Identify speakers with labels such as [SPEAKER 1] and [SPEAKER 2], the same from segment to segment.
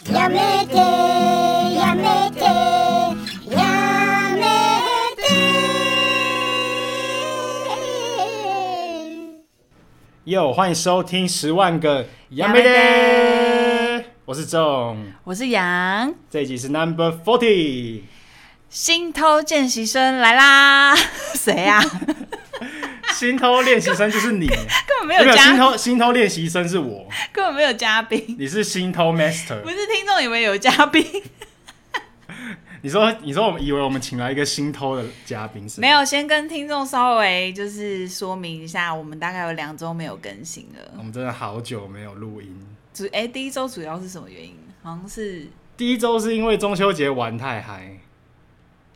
[SPEAKER 1] めてやめてやめて
[SPEAKER 2] 哟，欢迎收听《十万个亚美
[SPEAKER 3] 美
[SPEAKER 2] 的》，我是仲，
[SPEAKER 3] 我是杨，
[SPEAKER 2] 这一集是 Number Forty。
[SPEAKER 3] 新偷见习生来啦！ 谁啊 呀、根
[SPEAKER 2] 心偷练习生就是你，
[SPEAKER 3] 本 没
[SPEAKER 2] 没
[SPEAKER 3] 有
[SPEAKER 2] 有心
[SPEAKER 3] 嘉，
[SPEAKER 2] 偷心偷练习生是我，
[SPEAKER 3] 根本没有嘉宾。
[SPEAKER 2] 你是心偷
[SPEAKER 3] 不
[SPEAKER 2] Master。
[SPEAKER 3] 是听众以为有嘉 宾，
[SPEAKER 2] 你说你说我们以为我们请来一个心偷的嘉宾是吗
[SPEAKER 3] 没？有。先跟听众稍微就是说明一下，我们大概有两周没有更新
[SPEAKER 2] 我
[SPEAKER 3] 了。
[SPEAKER 2] 们真的好久没有录音。
[SPEAKER 3] 主哎、第一周主要是什么原因？好像是
[SPEAKER 2] 第一周是因为中秋节玩太嗨，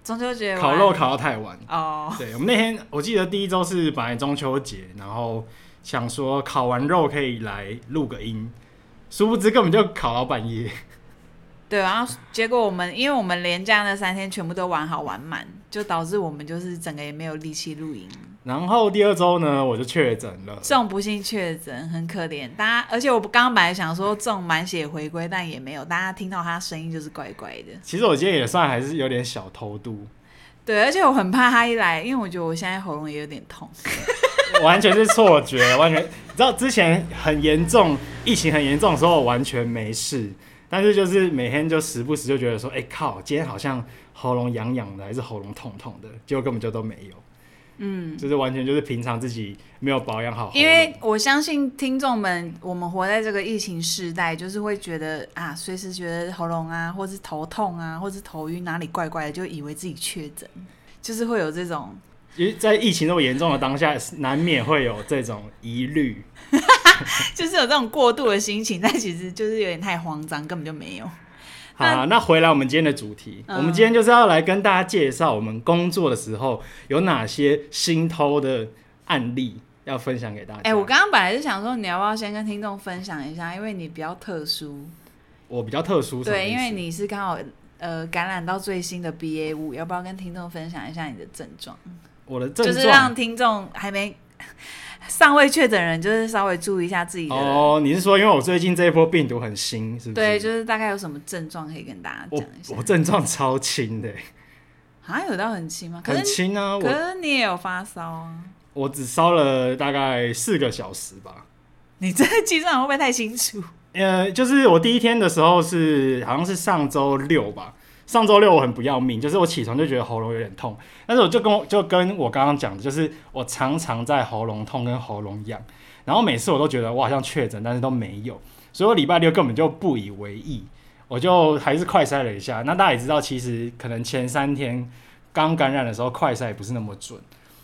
[SPEAKER 3] 中秋节完
[SPEAKER 2] 烤肉烤到太晚。
[SPEAKER 3] 哦，
[SPEAKER 2] 对，我们那天我记得第一周是本来中秋节，然后想说烤完肉可以来录个音，殊不知根本就烤到半夜。
[SPEAKER 3] 对，然后结果我们因为我们连假那三天全部都玩好玩满，就导致我们就是整个也没有力气录音。
[SPEAKER 2] 然后第二周呢，我就确诊了。
[SPEAKER 3] 这种不幸确诊很可怜，大家，而且我刚刚本来想说这种满血回归，但也没有，大家听到他声音就是怪怪的。
[SPEAKER 2] 其实我今天也算还是有点小偷渡，
[SPEAKER 3] 对，而且我很怕他一来，因为我觉得我现在喉咙也有点痛。
[SPEAKER 2] 完全是错觉，完全。你知道之前很严重，疫情很严重的时候，我完全没事，但是就是每天就时不时就觉得说，哎、靠，今天好像喉咙痒痒的，还是喉咙痛痛的，结果根本就都没有。嗯，就是完全就是平常自己没有保养好喉咙，
[SPEAKER 3] 因为我相信听众们，我们活在这个疫情时代，就是会觉得啊，随时觉得喉咙啊，或是头痛啊，或是头晕哪里怪怪的，就以为自己确诊，就是会有这种
[SPEAKER 2] 其实在疫情那么严重的当下，难免会有这种疑虑。
[SPEAKER 3] 就是有这种过度的心情，但其实就是有点太慌张，根本就没有。
[SPEAKER 2] 好啊、那回来我们今天的主题，
[SPEAKER 3] 嗯
[SPEAKER 2] 我们今天就是要来跟大家介绍我们工作的时候有哪些心偷的案例要分享给大家。
[SPEAKER 3] 哎、我刚刚本来是想说，你要不要先跟听众分享一下，因为你比较特殊，
[SPEAKER 2] 我比较特殊，什么
[SPEAKER 3] 对，
[SPEAKER 2] 意思
[SPEAKER 3] 因为你是刚好呃感染到最新的 BA 五，要不要跟听众分享一下你的症状？
[SPEAKER 2] 我的症状
[SPEAKER 3] 就是让听众还没 尚未确诊人，就是稍微注意一下自己的，
[SPEAKER 2] 哦，你是说因为我最近这一波病毒很新，是不是？
[SPEAKER 3] 对，就是大概有什么症状可以跟大家
[SPEAKER 2] 我
[SPEAKER 3] 讲一下
[SPEAKER 2] 我。症状超轻的，
[SPEAKER 3] 啊，有到很轻吗？可
[SPEAKER 2] 很
[SPEAKER 3] 是
[SPEAKER 2] 轻啊，
[SPEAKER 3] 可
[SPEAKER 2] 我
[SPEAKER 3] 是你也有发烧啊，
[SPEAKER 2] 我只烧了大概四个小时吧。
[SPEAKER 3] 你这个计算会不会太清楚？
[SPEAKER 2] 呃，就是我第一天的时候是好像是上周六吧，上周六我很不要命，就是我起床就觉得喉咙有点痛，但是我就跟我就跟我刚刚讲的，就是我常常在喉咙痛跟喉咙痒，然后每次我都觉得我好像确诊，但是都没有，所以我礼拜六根本就不以为意，我就还是快筛了一下。那大家也知道，其实可能前三天刚感染的时候快筛也不是那么准，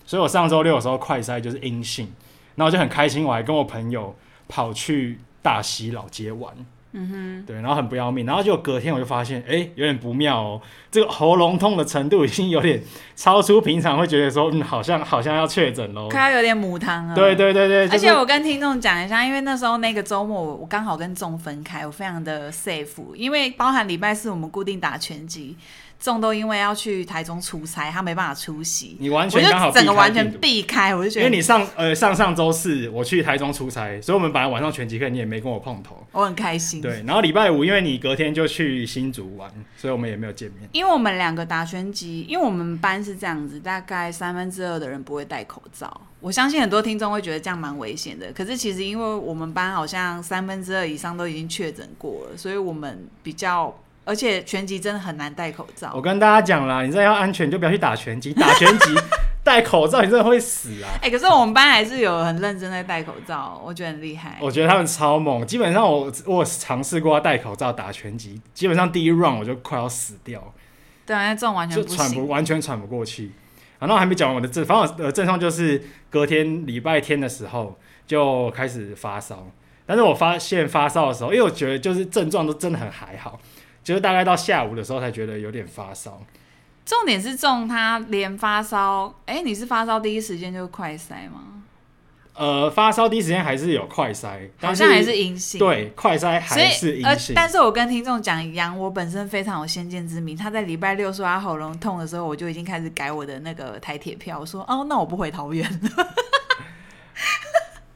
[SPEAKER 2] 所以我上周六的时候快筛就是阴性，然后我就很开心，我还跟我朋友跑去大溪老街玩。嗯哼，对，然后很不要命，然后就隔天我就发现，哎，有点不妙哦，这个喉咙痛的程度已经有点超出平常，会觉得说，嗯，好像好像要确诊喽。
[SPEAKER 3] 快要有点母汤啊了。
[SPEAKER 2] 对对对对，就
[SPEAKER 3] 而
[SPEAKER 2] 是
[SPEAKER 3] 且我跟听众讲一下，因为那时候那个周末我我刚好跟众分开，我非常的 safe，因为包含礼拜四我们固定打拳击，众都因为要去台中出差，他没办法出席，
[SPEAKER 2] 你完
[SPEAKER 3] 我
[SPEAKER 2] 全刚好
[SPEAKER 3] 就整个
[SPEAKER 2] 避开
[SPEAKER 3] 完全
[SPEAKER 2] 病毒
[SPEAKER 3] 避开，我就
[SPEAKER 2] 因
[SPEAKER 3] 觉
[SPEAKER 2] 为
[SPEAKER 3] 得
[SPEAKER 2] 你上呃上上周四我去台中出差，所以我们本来晚上拳击课你也没跟我碰 头，
[SPEAKER 3] 我很开心。，
[SPEAKER 2] 对。然后礼拜五因为你隔天就去新竹玩，所以我们也没有见 面。
[SPEAKER 3] 因为我们两个打拳击，因为我们班是这样子，大概三分之二的人不会戴口罩。我相信很多听众会觉得这样蛮危险的，可是其实因为我们班好像三分之二以上都已经确诊过了，所以我们比较，而且拳击真的很难戴口罩
[SPEAKER 2] 我。跟大家讲啦，你真的要安全就不要去打拳击，打拳击戴口罩你真的会死 啊！
[SPEAKER 3] 哎、可是我们班还是有很认真在戴口罩，我觉得很厉害。
[SPEAKER 2] 我觉得他们超猛，基本上我我有尝试过要戴口罩打拳击，基本上第一 round 我就快要死掉，
[SPEAKER 3] 对啊，那这种完全
[SPEAKER 2] 就
[SPEAKER 3] 不
[SPEAKER 2] 喘不
[SPEAKER 3] 行。
[SPEAKER 2] 完全喘不过气。然后还没讲完我的症，反正我的症状就是隔天礼拜天的时候就开始发烧，但是我发现发烧的时候，因为我觉得就是症状都真的很还好，就是大概到下午的时候才觉得有点发烧。
[SPEAKER 3] 重点是中他连发烧，哎、你是发烧第一时间就快筛吗？
[SPEAKER 2] 呃，发烧第一时间还是有快筛，
[SPEAKER 3] 好
[SPEAKER 2] 但
[SPEAKER 3] 像还是阴性。。
[SPEAKER 2] 对快筛
[SPEAKER 3] 所
[SPEAKER 2] 还是
[SPEAKER 3] 以，
[SPEAKER 2] 阴
[SPEAKER 3] 呃，
[SPEAKER 2] 性。
[SPEAKER 3] 但是我跟听众讲一样，我本身非常有先见之明。他在礼拜六说他喉咙痛的时候，我就已经开始改我的那个台铁票，我说哦，那我不回桃园了。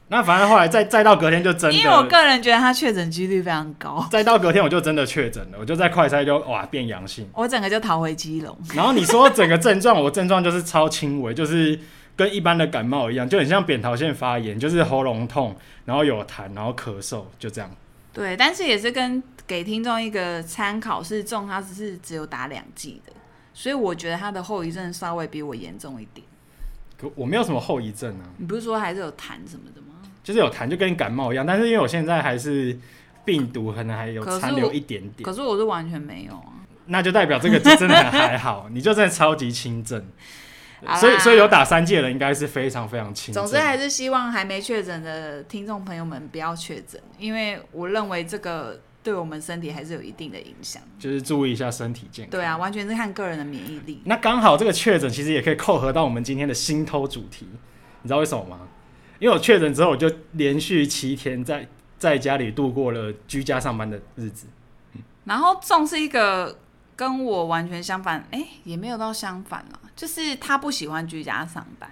[SPEAKER 2] 那反正后来再再到隔天就真的，
[SPEAKER 3] 因为我个人觉得他确诊几率非常高，
[SPEAKER 2] 再到隔天我就真的确诊了，我就在快筛就哇变阳性。
[SPEAKER 3] 我整个就逃回基隆。
[SPEAKER 2] 然后你说整个症状，我症状就是超轻微，就是跟一般的感冒一样，就很像扁桃腺发炎，就是喉咙痛，然后有痰，然后咳嗽，就这样。
[SPEAKER 3] 对，但是也是跟给听众一个参考，是中他只是只有打两剂的，所以我觉得他的后遗症稍微比我严重一点。
[SPEAKER 2] 可我没有什么后遗症啊，
[SPEAKER 3] 你不是说还是有痰什么的吗？
[SPEAKER 2] 就是有痰就跟感冒一样，但是因为我现在还是病毒，可能还有
[SPEAKER 3] 可是
[SPEAKER 2] 残留
[SPEAKER 3] 我
[SPEAKER 2] 一点点
[SPEAKER 3] 可，是我是完全没有啊。
[SPEAKER 2] 那就代表这个就真的还好，你就真的超级轻症
[SPEAKER 3] 好。啦
[SPEAKER 2] 所以，所以有打三剂的人应该是非常非常轻症。
[SPEAKER 3] 总之还是希望还没确诊的听众朋友们不要确诊，因为我认为这个对我们身体还是有一定的影响。
[SPEAKER 2] 就是注意一下身体健康。
[SPEAKER 3] 对啊，完全是看个人的免疫力。
[SPEAKER 2] 那刚好这个确诊其实也可以扣合到我们今天的心偷主题，你知道为什么吗？因为我确诊之后，我就连续七天在 在家里度过了居家上班的日子。
[SPEAKER 3] 然后仲是一个跟我完全相反，哎、也没有到相反啦，就是他不喜欢居家上班，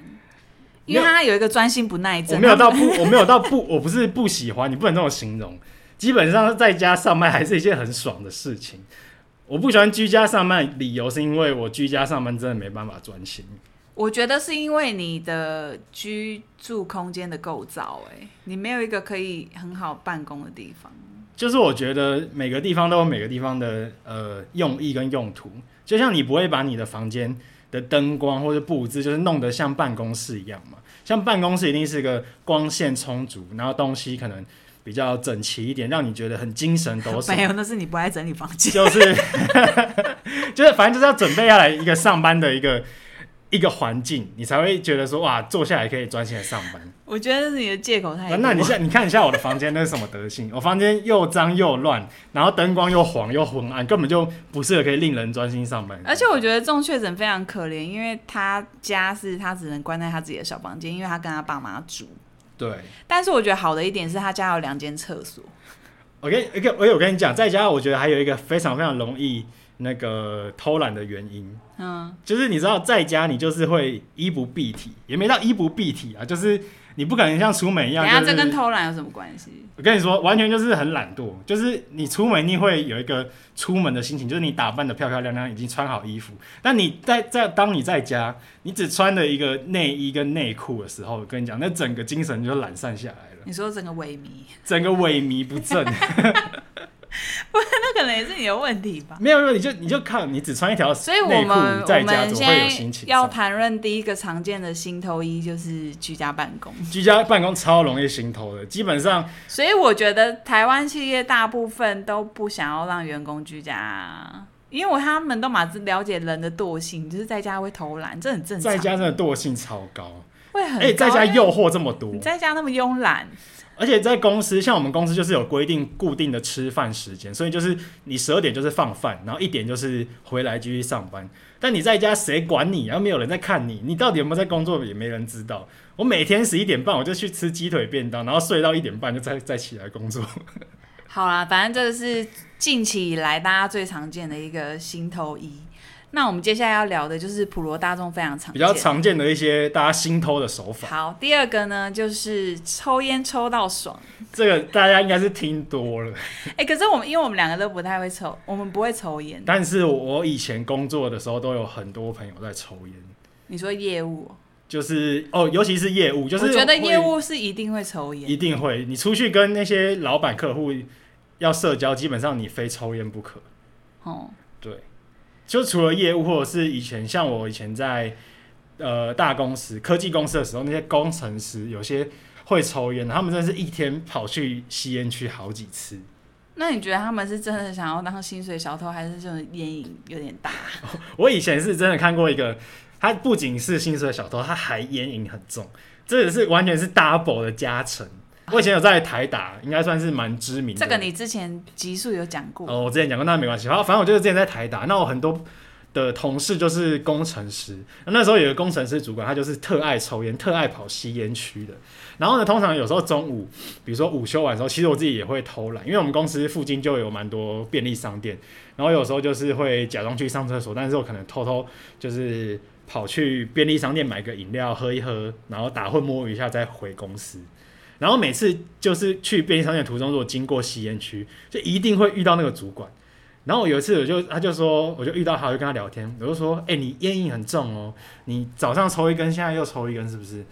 [SPEAKER 3] 因为他有一个专心不耐症。
[SPEAKER 2] 我没有到
[SPEAKER 3] 他
[SPEAKER 2] 不，我没有到不， 我不是不喜欢，你不能这么形容。基本上在家上班还是一件很爽的事情。我不喜欢居家上班，理由是因为我居家上班真的没办法专心。
[SPEAKER 3] 我觉得是因为你的居住空间的构造、哎，你没有一个可以很好办公的地方。
[SPEAKER 2] 就是我觉得每个地方都有每个地方的呃用意跟用途，就像你不会把你的房间的灯光或者布置就是弄得像办公室一样嘛，像办公室一定是个光线充足，然后东西可能比较整齐一点，让你觉得很精神抖擞
[SPEAKER 3] 没。有，那是你不爱整理房间。
[SPEAKER 2] 就是 就是反正就是要准备下来一个上班的一个一个环境，你才会觉得说哇，坐下来可以专心的上班。
[SPEAKER 3] 我觉得是你的借口太
[SPEAKER 2] 啊
[SPEAKER 3] 多。
[SPEAKER 2] 那你现在你看一下我的房间那是什么德性？我房间又脏又乱，然后灯光又黄又昏暗，根本就不适合可以令人专心上班。
[SPEAKER 3] 而且我觉得这种确诊非常可怜，因为他家是他只能关在他自己的小房间，因为他跟他爸妈住。
[SPEAKER 2] 对，
[SPEAKER 3] 但是我觉得好的一点是他家有两间厕所，
[SPEAKER 2] 我跟我跟我有跟你讲，在家我觉得还有一个非常非常容易那个偷懒的原因，
[SPEAKER 3] 嗯，
[SPEAKER 2] 就是你知道在家你就是会衣不蔽体，也没到衣不蔽体啊，就是你不可能像出门一
[SPEAKER 3] 等
[SPEAKER 2] 样
[SPEAKER 3] 一下
[SPEAKER 2] 就是。
[SPEAKER 3] 这跟偷懒有什么关系？
[SPEAKER 2] 我跟你说，完全就是很懒惰，就是你出门你会有一个出门的心情，就是你打扮的漂漂亮亮，已经穿好衣服。但你在在当你在家，你只穿了一个内衣跟内裤的时候，我跟你讲，那整个精神就懒散下来了，
[SPEAKER 3] 你说整个萎靡，
[SPEAKER 2] 整个萎靡不振。
[SPEAKER 3] 那可能也是你的问题吧。
[SPEAKER 2] 没有没有，你就你就看，你只穿一条
[SPEAKER 3] 所以我
[SPEAKER 2] 内裤，
[SPEAKER 3] 们
[SPEAKER 2] 你
[SPEAKER 3] 我
[SPEAKER 2] 在家
[SPEAKER 3] 们
[SPEAKER 2] 总
[SPEAKER 3] 现
[SPEAKER 2] 会有心
[SPEAKER 3] 在
[SPEAKER 2] 情
[SPEAKER 3] 要
[SPEAKER 2] 上。
[SPEAKER 3] 谈论第一个常见的心头一就是居家办公，
[SPEAKER 2] 居家办公超容易心头的，基本上
[SPEAKER 3] 所以我觉得台湾企业大部分都不想要让员工居家，因为他们都蛮了解人的惰性，就是在家会偷懒，这很正常。
[SPEAKER 2] 在家真的惰性超高，
[SPEAKER 3] 会很
[SPEAKER 2] 哎、在
[SPEAKER 3] 高
[SPEAKER 2] 家
[SPEAKER 3] 因为
[SPEAKER 2] 诱惑这么多，
[SPEAKER 3] 你在家那么慵懒，
[SPEAKER 2] 而且在公司，像我们公司就是有规定固定的吃饭时间，所以就是你十二点就是放饭，然后一点就是回来继续上班。但你在家谁管你啊？又没有人在看你，你到底有没有在工作也没人知道。我每天十一点半我就去吃鸡腿便当，然后睡到一点半就再再起来工作。
[SPEAKER 3] 好啦，反正这个是近期以来大家最常见的一个心头一。那我们接下来要聊的就是普罗大众非常常见
[SPEAKER 2] 比较常见的一些大家心偷的手法，
[SPEAKER 3] 好，第二个呢就是抽烟抽到爽。
[SPEAKER 2] 这个大家应该是听多了。
[SPEAKER 3] 哎、可是我们因为我们两个都不太会抽，我们不会抽烟。
[SPEAKER 2] 但是我以前工作的时候都有很多朋友在抽烟，
[SPEAKER 3] 你说业务，
[SPEAKER 2] 就是哦，尤其是业务，就是
[SPEAKER 3] 我觉得
[SPEAKER 2] 会
[SPEAKER 3] 业务是一定会抽烟
[SPEAKER 2] 一。定会，你出去跟那些老板、客户要社交，基本上你非抽烟不可。
[SPEAKER 3] 哦，
[SPEAKER 2] 对，就除了业务，或者是以前像我以前在呃大公司、科技公司的时候，那些工程师有些会抽烟，他们真的是一天跑去吸烟区好几次。
[SPEAKER 3] 那你觉得他们是真的想要当薪水小偷，还是这种烟瘾有点大？
[SPEAKER 2] 我以前是真的看过一个，他不仅是薪水小偷，他还烟瘾很重，这也是完全是 double 的加成。我以前有在台打，应该算是蛮知名的。
[SPEAKER 3] 这个你之前集数有讲过。
[SPEAKER 2] 哦，我之前讲过，那没关系。然后反正我就是之前在台达，那我很多的同事就是工程师，那时候有个工程师主管，他就是特爱抽烟、特爱跑吸烟区的。然后呢，通常有时候中午，比如说午休晚的时候，其实我自己也会偷懒，因为我们公司附近就有蛮多便利商店，然后有时候就是会假装去上厕所，但是我可能偷偷就是跑去便利商店买个饮料喝一喝，然后打混摸鱼一下再回公司。然后每次就是去便利商店的途中，如果经过吸烟区，就一定会遇到那个主管。然后有一次，我就他就说，我就遇到他，我就跟他聊天，我就说，哎、你烟瘾很重哦，你早上抽一根，现在又抽一根，是不是？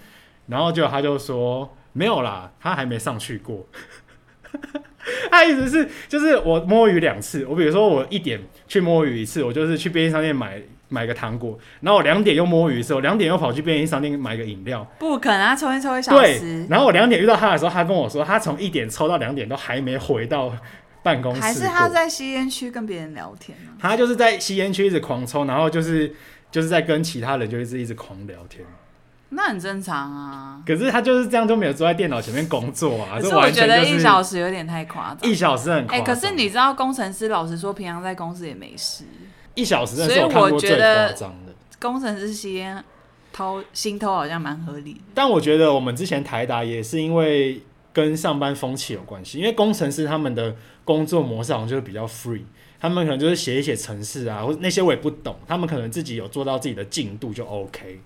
[SPEAKER 2] 然后就他就说没有啦，他还没上去过。 他意思是，就是我摸鱼两次，我比如说我一点去摸鱼一次，我就是去便利商店买买个糖果，然后我两点又摸鱼一次，我两点又跑去便利商店买个饮料，
[SPEAKER 3] 不可能，他抽烟抽一小
[SPEAKER 2] 对
[SPEAKER 3] 时，，
[SPEAKER 2] 然后我两点遇到他的时候，他跟我说，他从一点抽到两点都还没回到办公室过，
[SPEAKER 3] 还是他在吸烟区跟别人聊天啊呢、
[SPEAKER 2] 他就是在吸烟区一直狂抽，然后就是就是在跟其他人就一直一直狂聊天。
[SPEAKER 3] 那很正常啊。
[SPEAKER 2] 可是他就是这样就没有坐在电脑前面工作啊，
[SPEAKER 3] 可
[SPEAKER 2] 这
[SPEAKER 3] 是我
[SPEAKER 2] 完
[SPEAKER 3] 觉
[SPEAKER 2] 全
[SPEAKER 3] 得
[SPEAKER 2] 就是
[SPEAKER 3] 一小时有点太夸张
[SPEAKER 2] 一。小时很夸
[SPEAKER 3] 哎、
[SPEAKER 2] 张
[SPEAKER 3] 可是你知道，工程师老实说，平常在公司也没事。
[SPEAKER 2] 一小时真的是
[SPEAKER 3] 所以
[SPEAKER 2] 看过
[SPEAKER 3] 我觉
[SPEAKER 2] 最
[SPEAKER 3] 得
[SPEAKER 2] 夸张的。
[SPEAKER 3] 工程师吸烟偷心偷好像蛮合理的。
[SPEAKER 2] 但我觉得我们之前台达也是因为跟上班风气有关系，因为工程师他们的工作模式好像就是比较 free，他们可能就是写一写程式啊，或者那些我也不懂，他们可能自己有做到自己的进度就 OK。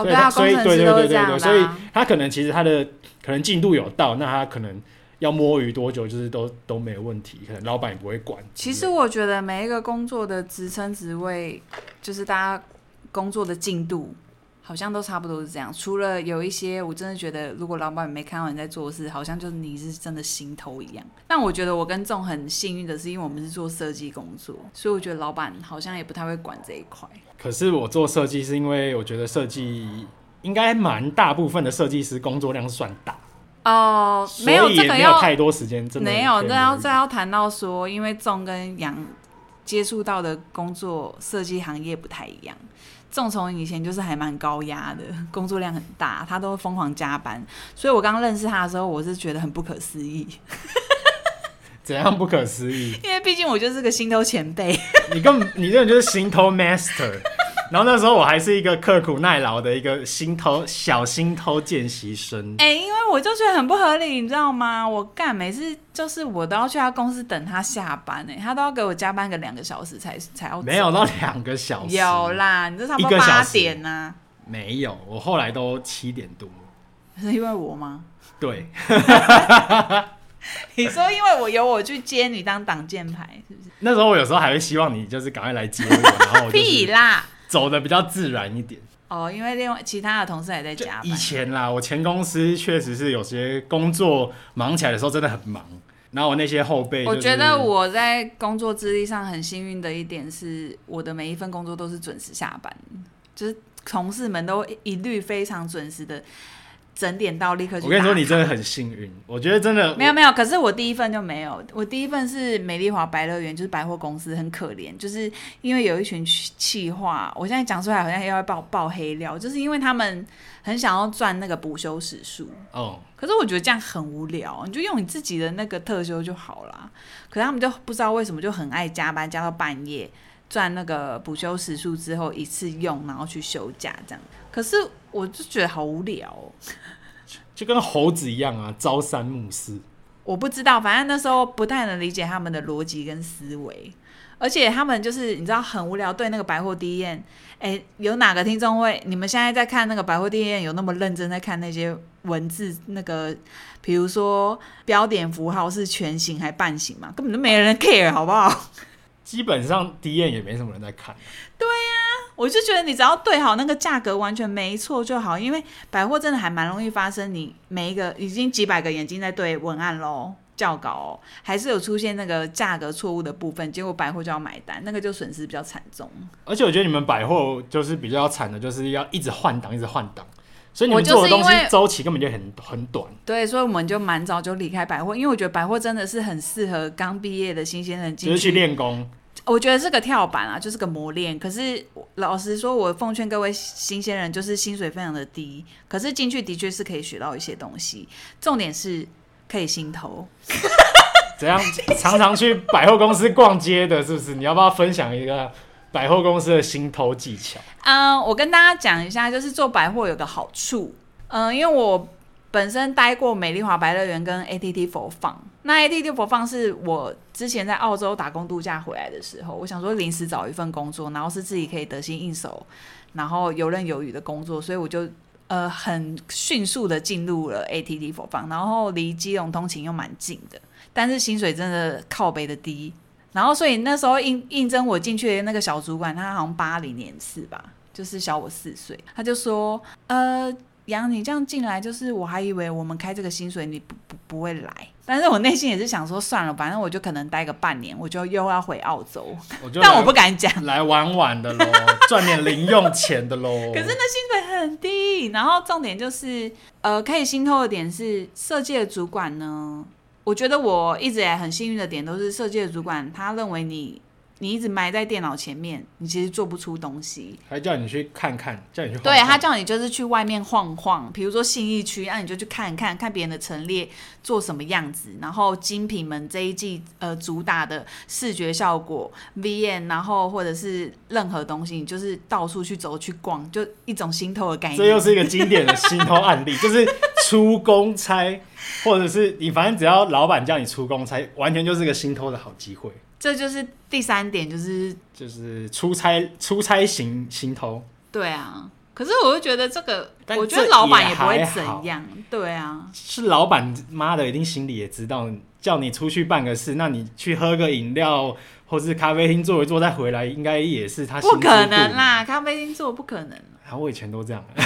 [SPEAKER 3] 哦，
[SPEAKER 2] 所以
[SPEAKER 3] 对啊，
[SPEAKER 2] 他
[SPEAKER 3] 工
[SPEAKER 2] 所以
[SPEAKER 3] 程
[SPEAKER 2] 对
[SPEAKER 3] 师
[SPEAKER 2] 对
[SPEAKER 3] 都
[SPEAKER 2] 对
[SPEAKER 3] 是这
[SPEAKER 2] 对
[SPEAKER 3] 样
[SPEAKER 2] 对，
[SPEAKER 3] 的、
[SPEAKER 2] 所以
[SPEAKER 3] 啊。
[SPEAKER 2] 他可能其实他的可能进度有到，那他可能要摸鱼多久就是都都没有问题，可能老板也不会管。
[SPEAKER 3] 其实我觉得每一个工作的职称职位，就是大家工作的进度好像都差不多是这样，除了有一些我真的觉得，如果老板没看到你在做事，好像就是你是真的心头一样。但我觉得我跟仲很幸运的是，因为我们是做设计工作，所以我觉得老板好像也不太会管这一块。
[SPEAKER 2] 可是我做设计是因为我觉得设计应该蛮大部分的设计师工作量是算大，
[SPEAKER 3] 哦、
[SPEAKER 2] 所
[SPEAKER 3] 没有
[SPEAKER 2] 以
[SPEAKER 3] 这
[SPEAKER 2] 也
[SPEAKER 3] 个
[SPEAKER 2] 没有
[SPEAKER 3] 要
[SPEAKER 2] 太多时间，真的
[SPEAKER 3] 没有，
[SPEAKER 2] 可以
[SPEAKER 3] 这要
[SPEAKER 2] 摸鱼
[SPEAKER 3] 这要谈到说，因为仲跟杨接触到的工作设计行业不太一样。仲从以前就是还蛮高压的，工作量很大，他都疯狂加班。所以我刚认识他的时候，我是觉得很不可思议，
[SPEAKER 2] 怎样不可思议？
[SPEAKER 3] 因为毕竟我就是个心头前辈。
[SPEAKER 2] 你根本你这人就是心头 master。然后那时候我还是一个刻苦耐劳的一个心头小心偷见习生，
[SPEAKER 3] 哎、因为我就觉得很不合理，你知道吗？我干每次就是我都要去他公司等他下班、哎，他都要给我加班个两个小时才才要走
[SPEAKER 2] 没有到两个小时，
[SPEAKER 3] 有啦，你这差不
[SPEAKER 2] 一
[SPEAKER 3] 多
[SPEAKER 2] 个小
[SPEAKER 3] 八
[SPEAKER 2] 时
[SPEAKER 3] 点啊呐、
[SPEAKER 2] 没有，我后来都七点多。
[SPEAKER 3] 是因为我吗？
[SPEAKER 2] 对，
[SPEAKER 3] 你说因为我有我去接你当挡箭牌，是不是？
[SPEAKER 2] 那时候我有时候还会希望你就是赶快来接我，然后我就
[SPEAKER 3] 屁
[SPEAKER 2] 是
[SPEAKER 3] 啦！
[SPEAKER 2] 走的比较自然一点。
[SPEAKER 3] 哦，因为另外其他的同事还在
[SPEAKER 2] 就
[SPEAKER 3] 加班
[SPEAKER 2] 以。前啦，我前公司确实是有些工作忙起来的时候真的很忙，然后我那些后辈、
[SPEAKER 3] 我觉得我在工作资历上很幸运的一点是，我的每一份工作都是准时下班，就是同事们都一律非常准时的整点到立刻去打卡。
[SPEAKER 2] 我跟你说，你真的很幸运。我觉得真的
[SPEAKER 3] 没有没有，可是我第一份就没有，我第一份是美丽华百乐园，就是百货公司，很可怜，就是因为有一群企企划，我现在讲出来好像又要爆爆黑料，就是因为他们很想要赚那个补休时数，
[SPEAKER 2] 哦，
[SPEAKER 3] 可是我觉得这样很无聊，你就用你自己的那个特休就好啦。可是他们就不知道为什么就很爱加班，加到半夜，赚那个补休时数之后一次用，然后去休假这样。可是我就觉得好无聊、哦。
[SPEAKER 2] 就跟猴子一样啊，朝三暮四。
[SPEAKER 3] 我不知道，反正那时候不太能理解他们的逻辑跟思维，而且他们就是你知道很无聊，对那个百货地宴，哎、有哪个听众会？你们现在在看那个百货地宴，有那么认真在看那些文字？那个比如说标点符号是全形还半形嘛，根本就没人 care，好不好？
[SPEAKER 2] 基本上 D N 也没什么人在看，
[SPEAKER 3] 我就觉得你只要对好那个价格，完全没错就好，因为百货真的还蛮容易发生，你每一个已经几百个眼睛在对文案喽。校稿、哦、还是有出现那个价格错误的部分，结果百货就要买单，那个就损失比较惨重。
[SPEAKER 2] 而且我觉得你们百货就是比较惨的，就是要一直换档，一直换档，所以你
[SPEAKER 3] 我
[SPEAKER 2] 们
[SPEAKER 3] 就
[SPEAKER 2] 做的
[SPEAKER 3] 是
[SPEAKER 2] 东
[SPEAKER 3] 因为
[SPEAKER 2] 西周期根本就很很短。
[SPEAKER 3] 对，所以我们就蛮早就离开百货，因为我觉得百货真的是很适合刚毕业的新鲜人进
[SPEAKER 2] 就是去练功，
[SPEAKER 3] 我觉得是个跳板啊，就是个磨练。可是老实说，我奉劝各位新鲜人，就是薪水非常的低，可是进去的确是可以学到一些东西。重点是可以心投。
[SPEAKER 2] 怎样？ 常常去百货公司逛街的，是不是？你要不要分享一个百货公司的心偷技巧？
[SPEAKER 3] 嗯，我跟大家讲一下，就是做百货有个好处，嗯，因为我本身待过美丽华百乐园跟 ATT 佛放，那 ATT 佛放是我之前在澳洲打工度假回来的时候，我想说临时找一份工作，然后是自己可以得心应手，然后游刃有余的工作，所以我就呃很迅速的进入了 ATT 佛放，然后离基隆通勤又蛮近的，但是薪水真的靠北的低。然后所以那时候应应征我进去的那个小主管，他好像八零年次吧，就是小我四岁，他就说，呃。杨，你这样进来，就是我还以为我们开这个薪水你不不不会来，但是我内心也是想说算了，反正我就可能待个半年，我就又要回澳洲，
[SPEAKER 2] 我就
[SPEAKER 3] 但我
[SPEAKER 2] 来
[SPEAKER 3] 不敢讲。
[SPEAKER 2] 来玩玩的喽，赚点零用钱的喽。
[SPEAKER 3] 可是那薪水很低，然后重点就是，呃，可以心透的点是，设计的主管呢，我觉得我一直也很幸运的点都是设计的主管，他认为你你一直埋在电脑前面，你其实做不出东西。
[SPEAKER 2] 还叫你去看看，叫你去晃
[SPEAKER 3] 对他
[SPEAKER 2] 晃
[SPEAKER 3] 叫你就是去外面晃晃，比如说信义区，那、啊你就去看看看别人的陈列做什么样子，然后精品们这一季呃主打的视觉效果 VM，然后或者是任何东西，你就是到处去走去逛，就一种心透的概念。
[SPEAKER 2] 这又是一个经典的心偷案例，就是出公差，或者是你反正只要老板叫你出公差，完全就是个心偷的好机会，
[SPEAKER 3] 这就是第三点，就是
[SPEAKER 2] 就是出差出差型心偷。
[SPEAKER 3] 对啊。可是我就觉得这个，
[SPEAKER 2] 但
[SPEAKER 3] 我觉得
[SPEAKER 2] 这
[SPEAKER 3] 老板
[SPEAKER 2] 也
[SPEAKER 3] 也不会
[SPEAKER 2] 还
[SPEAKER 3] 怎
[SPEAKER 2] 好
[SPEAKER 3] 样，对啊，
[SPEAKER 2] 是老板妈的，一定心里也知道，叫你出去办个事，那你去喝个饮料，或是咖啡厅坐一坐再回来，应该也是他心
[SPEAKER 3] 不
[SPEAKER 2] 知肚
[SPEAKER 3] 可
[SPEAKER 2] 明
[SPEAKER 3] 能。啊啦，咖啡厅做不可能。
[SPEAKER 2] 然啊后我以前都这样，欸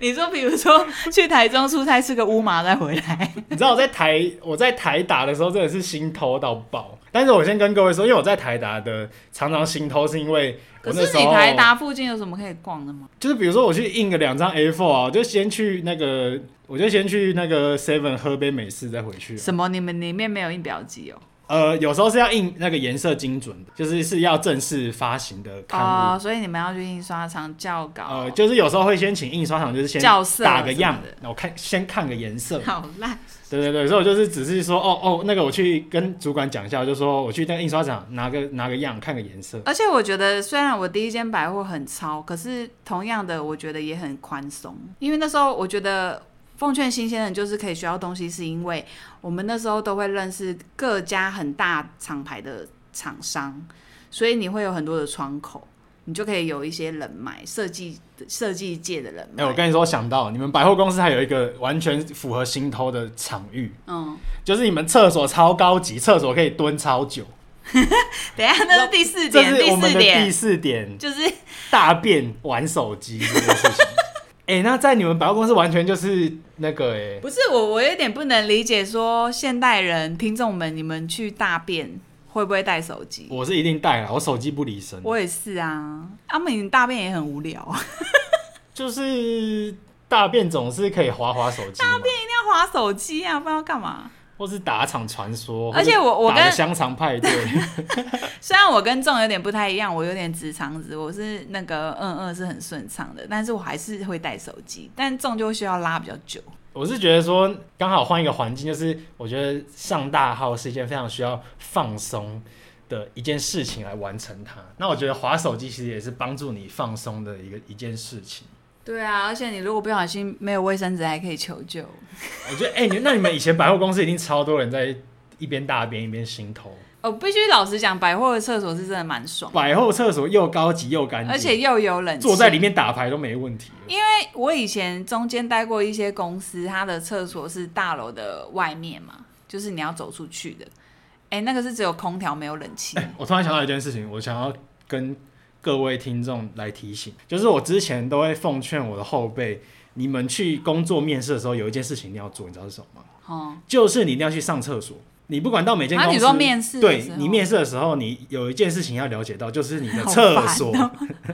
[SPEAKER 3] 你说，比如说去台中出差吃个乌麻再回来，
[SPEAKER 2] 你知道我在台我在台达的时候真的是心偷到爆，但是我先跟各位说，因为我在台达的常常心偷，是因为
[SPEAKER 3] 可
[SPEAKER 2] 我那
[SPEAKER 3] 是
[SPEAKER 2] 时候
[SPEAKER 3] 你台达附近有什么可以逛的吗？
[SPEAKER 2] 就是比如说我去印个两张 A4 啊，我就先去那个我就先去那个 Seven 喝杯美式再回去。
[SPEAKER 3] 什么？你们里面没有印表机哦？
[SPEAKER 2] 呃，有时候是要印那个颜色精准的，就是是要正式发行的刊物。
[SPEAKER 3] 哦，所以你们要去印刷厂校稿。
[SPEAKER 2] 呃，就是有时候会先请印刷厂，就是先
[SPEAKER 3] 校色
[SPEAKER 2] 打个
[SPEAKER 3] 什么
[SPEAKER 2] 样
[SPEAKER 3] 的，
[SPEAKER 2] 然后看先看个颜色，
[SPEAKER 3] 好烂，
[SPEAKER 2] 对对对，所以我就是只是说，哦哦，那个我去跟主管讲一下，我就说我去那个印刷厂拿个拿个样，看个颜色。
[SPEAKER 3] 而且我觉得，虽然我第一间百货很超，可是同样的，我觉得也很宽松。因为那时候我觉得奉劝新鲜人就是可以学到东西，是因为我们那时候都会认识各家很大厂牌的厂商，所以你会有很多的窗口，你就可以有一些人脉，设计设计界的人
[SPEAKER 2] 哎、
[SPEAKER 3] 脉。
[SPEAKER 2] 我跟你说，我想到你们百货公司还有一个完全符合心偷的场域，
[SPEAKER 3] 嗯，
[SPEAKER 2] 就是你们厕所超高级，厕所可以蹲超久。
[SPEAKER 3] 等一下那是第四
[SPEAKER 2] 这
[SPEAKER 3] 点，
[SPEAKER 2] 是我们
[SPEAKER 3] 第四
[SPEAKER 2] 的第
[SPEAKER 3] 点
[SPEAKER 2] 四点，
[SPEAKER 3] 就是
[SPEAKER 2] 大便玩手机 这件事情。哎、那在你们百货公司完全就是那个哎、
[SPEAKER 3] 不是我，我有点不能理解，说现代人听众们，你们去大便会不会带手机？
[SPEAKER 2] 我是一定带了，我手机不离身。
[SPEAKER 3] 我也是啊，阿美你大便也很无聊， 一
[SPEAKER 2] 就是大便总是可以滑滑手机嘛，
[SPEAKER 3] 定要划手机啊，不然要干嘛？
[SPEAKER 2] 或是打场传说，
[SPEAKER 3] 而且我
[SPEAKER 2] 或是
[SPEAKER 3] 我
[SPEAKER 2] 打个
[SPEAKER 3] 跟
[SPEAKER 2] 香肠派对，
[SPEAKER 3] 虽然我跟众有点不太一样，我有点直肠子，我是那个嗯嗯是很顺畅的，但是我还是会带手机，但众就需要拉比较久。
[SPEAKER 2] 我是觉得说刚好换一个环境，就是我觉得上大号是一件非常需要放松的一件事情来完成它。那我觉得滑手机其实也是帮助你放松的一个一件事情。
[SPEAKER 3] 对啊，而且你如果不小心没有卫生纸，还可以求救。
[SPEAKER 2] 我觉得，哎、你那你们以前百货公司一定超多人在一边大便一边心头，
[SPEAKER 3] 哦，必须老实讲，百货的厕所是真的蛮爽，
[SPEAKER 2] 百货厕所又高级又干净，
[SPEAKER 3] 而且又有冷气，
[SPEAKER 2] 坐在里面打牌都没问题。
[SPEAKER 3] 因为我以前中间待过一些公司，它的厕所是大楼的外面嘛，就是你要走出去的。哎、那个是只有空调没有冷气。
[SPEAKER 2] 我突然想到一件事情，我想要跟各位听众来提醒，就是我之前都会奉劝我的后辈，你们去工作面试的时候，有一件事情一定要做，你知道是什么吗？
[SPEAKER 3] 哦，
[SPEAKER 2] 就是你一定要去上厕所。你不管到每间公司，
[SPEAKER 3] 啊你说面试的
[SPEAKER 2] 对
[SPEAKER 3] 时候
[SPEAKER 2] 你面试的时候，你有一件事情要了解到，就是你的
[SPEAKER 3] 好
[SPEAKER 2] 厕
[SPEAKER 3] 烦哦
[SPEAKER 2] 所。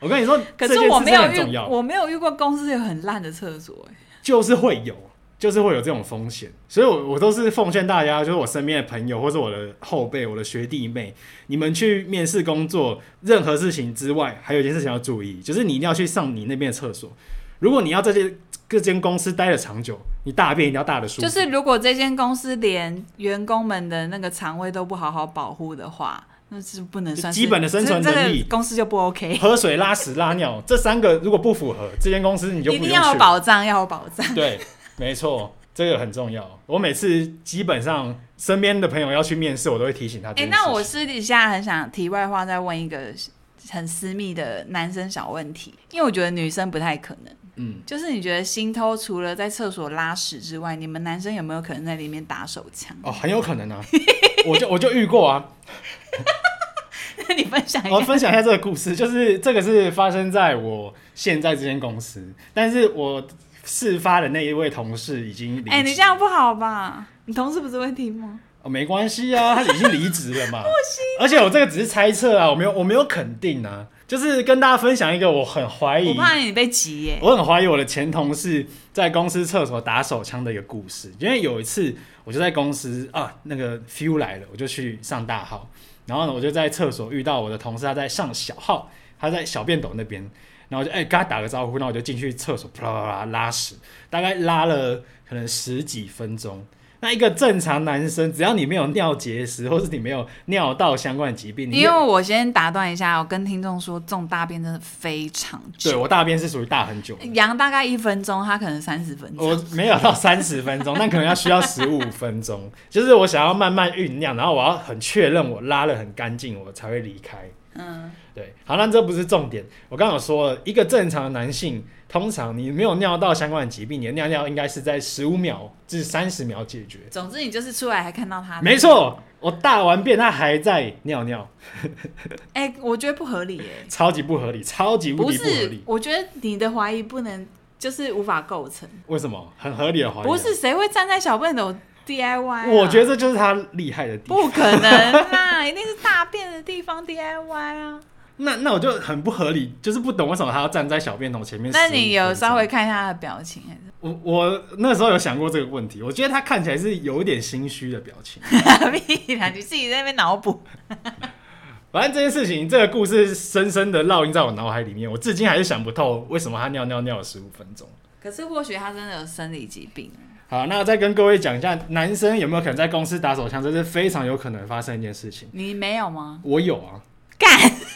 [SPEAKER 2] 我跟你说，
[SPEAKER 3] 可
[SPEAKER 2] 这
[SPEAKER 3] 是
[SPEAKER 2] 件
[SPEAKER 3] 我
[SPEAKER 2] 事
[SPEAKER 3] 没
[SPEAKER 2] 真的
[SPEAKER 3] 有
[SPEAKER 2] 很重
[SPEAKER 3] 遇，
[SPEAKER 2] 要。
[SPEAKER 3] 我没有遇过公司有很烂的厕所、哎，
[SPEAKER 2] 就是会有，就是会有这种风险，所以我我都是奉劝大家，就是我身边的朋友或者我的后辈、我的学弟妹，你们去面试工作，任何事情之外，还有一件事情要注意，就是你一定要去上你那边的厕所。如果你要在这这间公司待的长久，你大便一定要大的舒服。
[SPEAKER 3] 就是如果这间公司连员工们的那个肠胃都不好好保护的话，那是不能算是
[SPEAKER 2] 就基本的生存
[SPEAKER 3] 这
[SPEAKER 2] 能力
[SPEAKER 3] 这个公司就不 OK，
[SPEAKER 2] 喝水、拉屎、拉 尿这三个如果不符合，这间公司你就
[SPEAKER 3] 一
[SPEAKER 2] 不
[SPEAKER 3] 定
[SPEAKER 2] 用
[SPEAKER 3] 要
[SPEAKER 2] 去
[SPEAKER 3] 有
[SPEAKER 2] 了。
[SPEAKER 3] 保障，要有保障。
[SPEAKER 2] 对，没错，这个很重要。我每次基本上身边的朋友要去面试，我都会提醒他这
[SPEAKER 3] 哎、
[SPEAKER 2] 件事情。
[SPEAKER 3] 那我私底下很想题外话再问一个很私密的男生小问题，因为我觉得女生不太可能。
[SPEAKER 4] 嗯，
[SPEAKER 3] 就是你觉得心偷除了在厕所拉屎之外，你们男生有没有可能在里面打手枪？
[SPEAKER 2] 哦，很有可能啊，我就我就遇过 啊。
[SPEAKER 3] 那 你分享一
[SPEAKER 2] 我
[SPEAKER 3] 下。
[SPEAKER 2] 分享一下这个故事，就是这个是发生在我现在这间公司，但是我事发的那一位同事已经离职。
[SPEAKER 3] 哎、你这样不好吧？你同事不是会听吗？
[SPEAKER 2] 哦，没关系啊，他已经离职了 嘛。
[SPEAKER 3] 啊
[SPEAKER 2] 而且我这个只是猜测啊，我没有我没有肯定啊，就是跟大家分享一个我很怀疑
[SPEAKER 3] 我，怕你被急耶、
[SPEAKER 2] 我很怀疑我的前同事在公司厕所打手枪的一个故事。因为有一次我就在公司啊，那个 feel 来了，我就去上大号，然后呢我就在厕所遇到我的同事，他在上小号，他在小便斗那边。然后我就哎、跟他打个招呼，那我就进去厕所，啪啦啪啦拉屎，大概拉了可能十几分钟。那一个正常男生，只要你没有尿结石，或是你没有尿道相关的疾病，你
[SPEAKER 3] 因为我先打断一下，我跟听众说，中大便真的非常
[SPEAKER 2] 对
[SPEAKER 3] 久，
[SPEAKER 2] 我大便是属于大很久的，
[SPEAKER 3] 羊大概一分钟，它可能三十分 钟。
[SPEAKER 2] 我没有到三十分钟，但可能要需要十五分钟。 就是我想要慢慢酝酿，然后我要很确认我拉的很干净，我才会离开。
[SPEAKER 3] 嗯，
[SPEAKER 2] 对，好，那这不是重点。我刚刚有说了，一个正常的男性，通常你没有尿道相关的疾病，你的尿尿应该是在十五秒至三十秒解决。
[SPEAKER 3] 总之你就是出来还看到它。
[SPEAKER 2] 没。错，我大完便，他还在尿尿，
[SPEAKER 3] 哎、我觉得不合理耶、
[SPEAKER 2] 超级不合理，超级无
[SPEAKER 3] 不
[SPEAKER 2] 敌不合
[SPEAKER 3] 是
[SPEAKER 2] 理，。
[SPEAKER 3] 我觉得你的怀疑不能就是无法构成，
[SPEAKER 2] 为什么？很合理的怀疑。啊
[SPEAKER 3] 不是，谁会站在小便斗 DIY？、啊、
[SPEAKER 2] 我觉得这就是他厉害的地方。
[SPEAKER 3] 不可能啦，一定是大便的地方 DIY 啊。
[SPEAKER 2] 那那我就很不合理，就是不懂为什么他要站在小便桶前面15
[SPEAKER 3] 那
[SPEAKER 2] 分钟。
[SPEAKER 3] 你有稍微看一下他的表情啊 还是
[SPEAKER 2] 我我那时候有想过这个问题，我觉得他看起来是有一点心虚的表情。
[SPEAKER 3] 屁啦？你自己在那边脑补。
[SPEAKER 2] 反正这件事情，这个故事深深的烙印在我脑海里面，我至今还是想不透为什么他尿尿尿了十五分钟。
[SPEAKER 3] 可是或许他真的有生理疾病。
[SPEAKER 2] 好，那再跟各位讲一下，男生有没有可能在公司打手枪，这是非常有可能发生的一件事情。
[SPEAKER 3] 你没有吗？
[SPEAKER 2] 我有啊，
[SPEAKER 3] 干！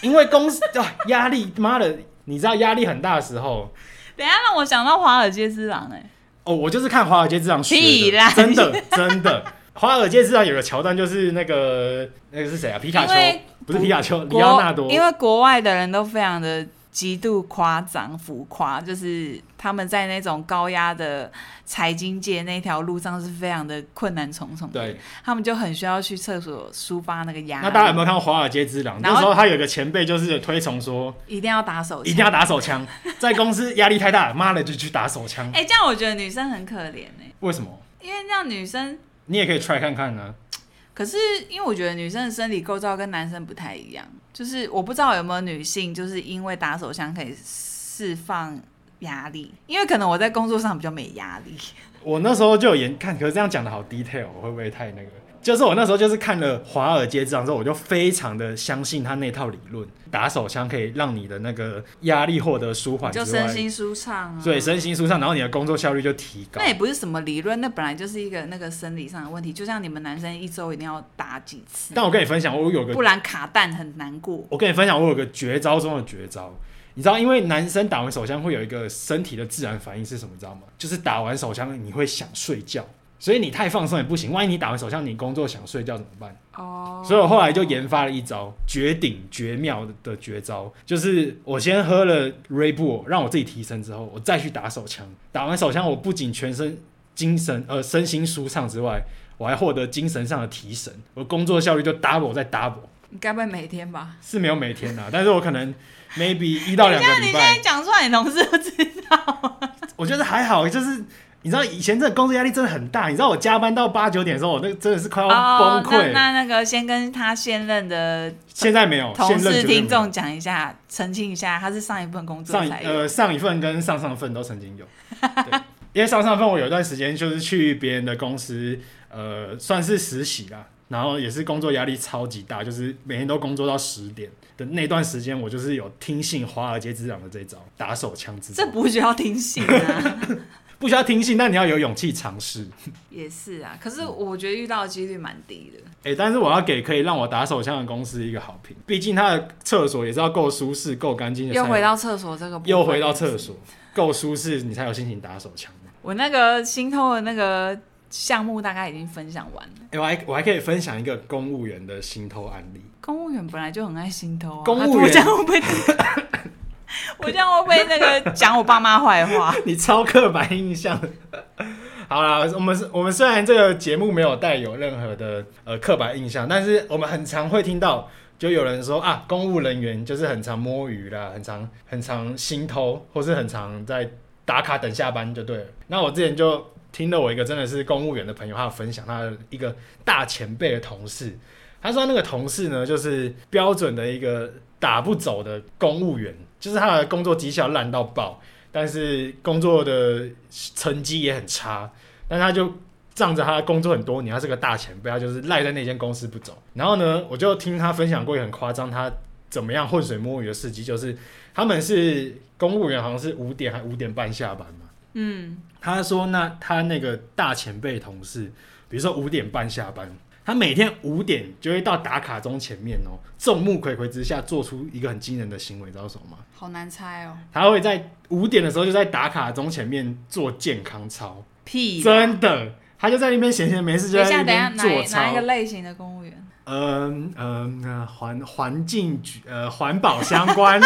[SPEAKER 2] 因为公司啊压力，妈的，你知道压力很大的时候，
[SPEAKER 3] 等一下让我想到华尔街之狼哎、
[SPEAKER 2] 哦，我就是看《华尔街之狼》学
[SPEAKER 3] 屁啦
[SPEAKER 2] 的，真的真的，《华尔街之狼》有个桥段就是那个那个是谁啊？皮卡丘
[SPEAKER 3] 因为
[SPEAKER 2] 不是皮卡丘，里
[SPEAKER 3] 国
[SPEAKER 2] 奥纳多。
[SPEAKER 3] 因为国外的人都非常的极度夸张浮夸，就是他们在那种高压的财经界那条路上是非常的困难重重的，
[SPEAKER 2] 对，
[SPEAKER 3] 他们就很需要去厕所抒发那个压力。
[SPEAKER 2] 那大家有没有看过《华尔街之狼》？
[SPEAKER 3] 然
[SPEAKER 2] 那
[SPEAKER 3] 后
[SPEAKER 2] 时候他有个前辈就是有推崇说，
[SPEAKER 3] 一定要打手
[SPEAKER 2] 一
[SPEAKER 3] 枪？
[SPEAKER 2] 定要打手枪，在公司压力太大，妈的就去打手枪。
[SPEAKER 3] 哎、这样我觉得女生很可怜哎、
[SPEAKER 2] 为什么？
[SPEAKER 3] 因为这样女生，
[SPEAKER 2] 你也可以 try 看看啊呢、
[SPEAKER 3] 可是因为我觉得女生的生理构造跟男生不太一样，就是我不知道有没有女性就是因为打手枪可以释放压力，因为可能我在工作上比较没压力。
[SPEAKER 2] 我那时候就有研看，可是这样讲的好 detail，我会不会太那个？就是我那时候就是看了《华尔街之狼》之后，我就非常的相信他那套理论，打手枪可以让你的那个压力获得舒缓之
[SPEAKER 3] 就
[SPEAKER 2] 外，
[SPEAKER 3] 身心舒畅啊。
[SPEAKER 2] 所以身心舒畅，然后你的工作效率就提高
[SPEAKER 3] 那。也不是什么理论，那本来就是一个那个生理上的问题。就像你们男生一周一定要打几次，
[SPEAKER 2] 但我跟你分享，我有个
[SPEAKER 3] 不然卡蛋很难过。
[SPEAKER 2] 我跟你分享，我有个绝招中的绝招。你知道，因为男生打完手枪会有一个身体的自然反应是什么？你知道吗？就是打完手枪你会想睡觉，所以你太放松也不行。万一你打完手枪，你工作想睡觉怎么办？
[SPEAKER 3] 哦
[SPEAKER 2] 所以我后来就研发了一招绝顶绝妙的绝招，就是我先喝了 Ray b u 让我自己提神之后，我再去打手枪。打完手枪，我不仅全身精神呃身心舒畅之外，我还获得精神上的提神，我工作效率就 double 再 double。
[SPEAKER 3] 你该不会每天吧？
[SPEAKER 2] 是没有每天啦，但是我可能 maybe 一到两
[SPEAKER 3] 像
[SPEAKER 2] 个
[SPEAKER 3] 你
[SPEAKER 2] 礼
[SPEAKER 3] 现在
[SPEAKER 2] 拜，
[SPEAKER 3] 讲出来，你同事都知道。
[SPEAKER 2] 我觉得还好，就是。你知道以前这个工作压力真的很大，你知道我加班到八九点的时候，我那个真的是快要哦崩
[SPEAKER 3] 哦那
[SPEAKER 2] 溃。
[SPEAKER 3] 那那个先跟他现任的
[SPEAKER 2] 现在没有，
[SPEAKER 3] 同
[SPEAKER 2] 哦现任
[SPEAKER 3] 事
[SPEAKER 2] 绝对没有
[SPEAKER 3] 听众讲一下，澄清一下，他是上一份工作
[SPEAKER 2] 上一
[SPEAKER 3] 才有。
[SPEAKER 2] 呃上一份跟上上份都曾经有，对， 因为上上份我有一段时间就是去别人的公司，呃，算是实习啦，然后也是工作压力超级大，就是每天都工作到十点的那段时间，我就是有听信华尔街之狼的这一招打手枪之
[SPEAKER 3] 这
[SPEAKER 2] 招，
[SPEAKER 3] 不需要听 信啊，
[SPEAKER 2] 不需要听信，但你要有勇气尝试。
[SPEAKER 3] 也是啊。可是我觉得遇到的几率蛮低的。
[SPEAKER 2] 哎、但是我要给可以让我打手枪的公司一个好评，毕竟它的厕所也是要够舒适、够干净的才
[SPEAKER 3] 又
[SPEAKER 2] 有，
[SPEAKER 3] 回到厕所这个部分，
[SPEAKER 2] 又回到厕所，够舒适你才有心情打手枪嘛。
[SPEAKER 3] 我那个心痛的那个项目大概已经分享完了。
[SPEAKER 2] 哎、我还我还可以分享一个公务员的心偷案例。
[SPEAKER 3] 公务员本来就很爱心偷啊，
[SPEAKER 2] 公务
[SPEAKER 3] 啊我
[SPEAKER 2] 员
[SPEAKER 3] 这样会被， 我这样会被那个讲我爸妈坏话。
[SPEAKER 2] 你超刻板印象。好啦，我们是我们虽然这个节目没有带有任何的呃刻板印象，但是我们很常会听到，就有人说啊，公务人员就是很常摸鱼啦，很常很常心偷，或是很常在打卡等下班就对了。那我之前就听了我一个真的是公务员的朋友，他有分享他的一个大前辈的同事，他说他那个同事呢，就是标准的一个打不走的公务员，就是他的工作绩效烂到爆。但是工作的成绩也很差，但他就仗着他工作很多年，他是个大前辈，他就是赖在那间公司不走。然后呢，我就听他分享过一个很夸张，他怎么样浑水摸鱼的事迹，就是他们是公务员，好像是五点还五点半下班嘛。
[SPEAKER 3] 嗯，
[SPEAKER 2] 他说那他那个大前辈同事，比如说五点半下班。他每天五点就会到打卡钟前面哦，众目睽睽之下做出一个很惊人的行为，你知道什么吗？
[SPEAKER 3] 好难猜哦，
[SPEAKER 2] 他会在五点的时候就在打卡钟前面做健康操，
[SPEAKER 3] 屁！
[SPEAKER 2] 真的，他就在那边闲闲没事
[SPEAKER 3] 等
[SPEAKER 2] 就
[SPEAKER 3] 一
[SPEAKER 2] 在
[SPEAKER 3] 下，
[SPEAKER 2] 那
[SPEAKER 3] 等一下，
[SPEAKER 2] 边
[SPEAKER 3] 哪
[SPEAKER 2] 做
[SPEAKER 3] 一哪一个
[SPEAKER 2] 操。
[SPEAKER 3] 类型的公务员？
[SPEAKER 2] 嗯嗯，呃环环境局呃环保相 关，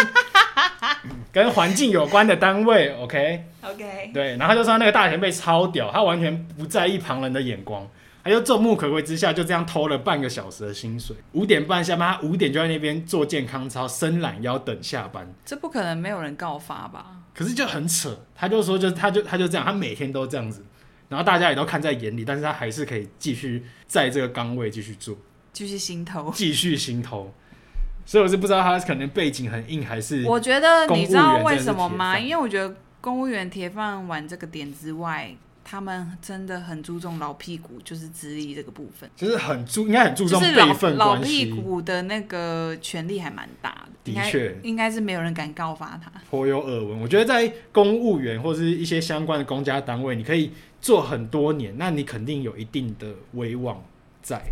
[SPEAKER 2] 嗯跟环境有关的单位，OK。
[SPEAKER 3] OK，
[SPEAKER 2] 对，然后他就说那个大前辈超屌，他完全不在意旁人的眼光，他就众目睽睽之下就这样偷了半个小时的薪水。五点半下班，他五点就在那边做健康操，伸懒腰等下班。
[SPEAKER 3] 这不可能没有人告发吧？
[SPEAKER 2] 可是就很扯，他就说就他就他就这样，他每天都这样子，然后大家也都看在眼里，但是他还是可以继续在这个岗位继续做，
[SPEAKER 3] 继续心偷。
[SPEAKER 2] 继续心头。所以我是不知道他可能背景很硬，还是
[SPEAKER 3] 我觉得你知道为什
[SPEAKER 2] 公务
[SPEAKER 3] 么
[SPEAKER 2] 员真的
[SPEAKER 3] 吗？
[SPEAKER 2] 是铁饭
[SPEAKER 3] 因为我觉得公务员铁饭碗这个点之外，他们真的很注重老屁股，就是资历这个部分，
[SPEAKER 2] 就是很注应该很注
[SPEAKER 3] 就
[SPEAKER 2] 重
[SPEAKER 3] 是
[SPEAKER 2] 辈
[SPEAKER 3] 老
[SPEAKER 2] 分
[SPEAKER 3] 老
[SPEAKER 2] 关
[SPEAKER 3] 屁
[SPEAKER 2] 系，
[SPEAKER 3] 股的那个权力还蛮大的，应该
[SPEAKER 2] 的确
[SPEAKER 3] 应该是没有人敢告发他。
[SPEAKER 2] 颇有耳闻。我觉得在公务员或是一些相关的公家单位，你可以做很多年，那你肯定有一定的威望在。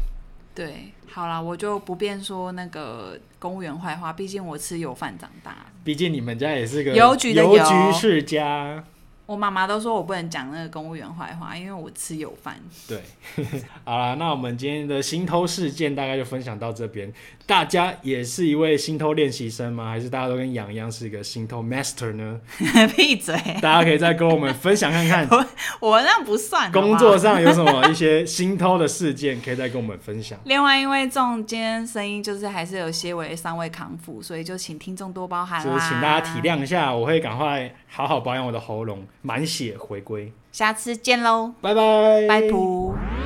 [SPEAKER 3] 对，好啦，我就不便说那个公务员坏话，毕竟我吃油饭长大。
[SPEAKER 2] 毕竟你们家也是个
[SPEAKER 3] 邮局的
[SPEAKER 2] 邮
[SPEAKER 3] 邮
[SPEAKER 2] 局世家。
[SPEAKER 3] 我妈妈都说我不能讲那个公务员坏话，因为我吃油饭。
[SPEAKER 2] 对， 好啦，那我们今天的心偷事件大概就分享到这边。大家也是一位心偷练习生吗？还是大家都跟杨一样是一个心偷 master 呢？
[SPEAKER 3] 闭嘴，，
[SPEAKER 2] 大家可以再跟我们分享看看
[SPEAKER 3] 我那不算。好不好
[SPEAKER 2] 工作上有什么一些心偷的事件，可以再跟我们分享。
[SPEAKER 3] 另外，因为中间声音就是还是有些微尚未康复，所以就请听众多包涵
[SPEAKER 2] 就
[SPEAKER 3] 啦，
[SPEAKER 2] 是请大家体。谅一下，我会赶快好好保养我的喉咙，满血回归。
[SPEAKER 3] 下次见喽，
[SPEAKER 2] 拜拜，
[SPEAKER 3] 拜拜。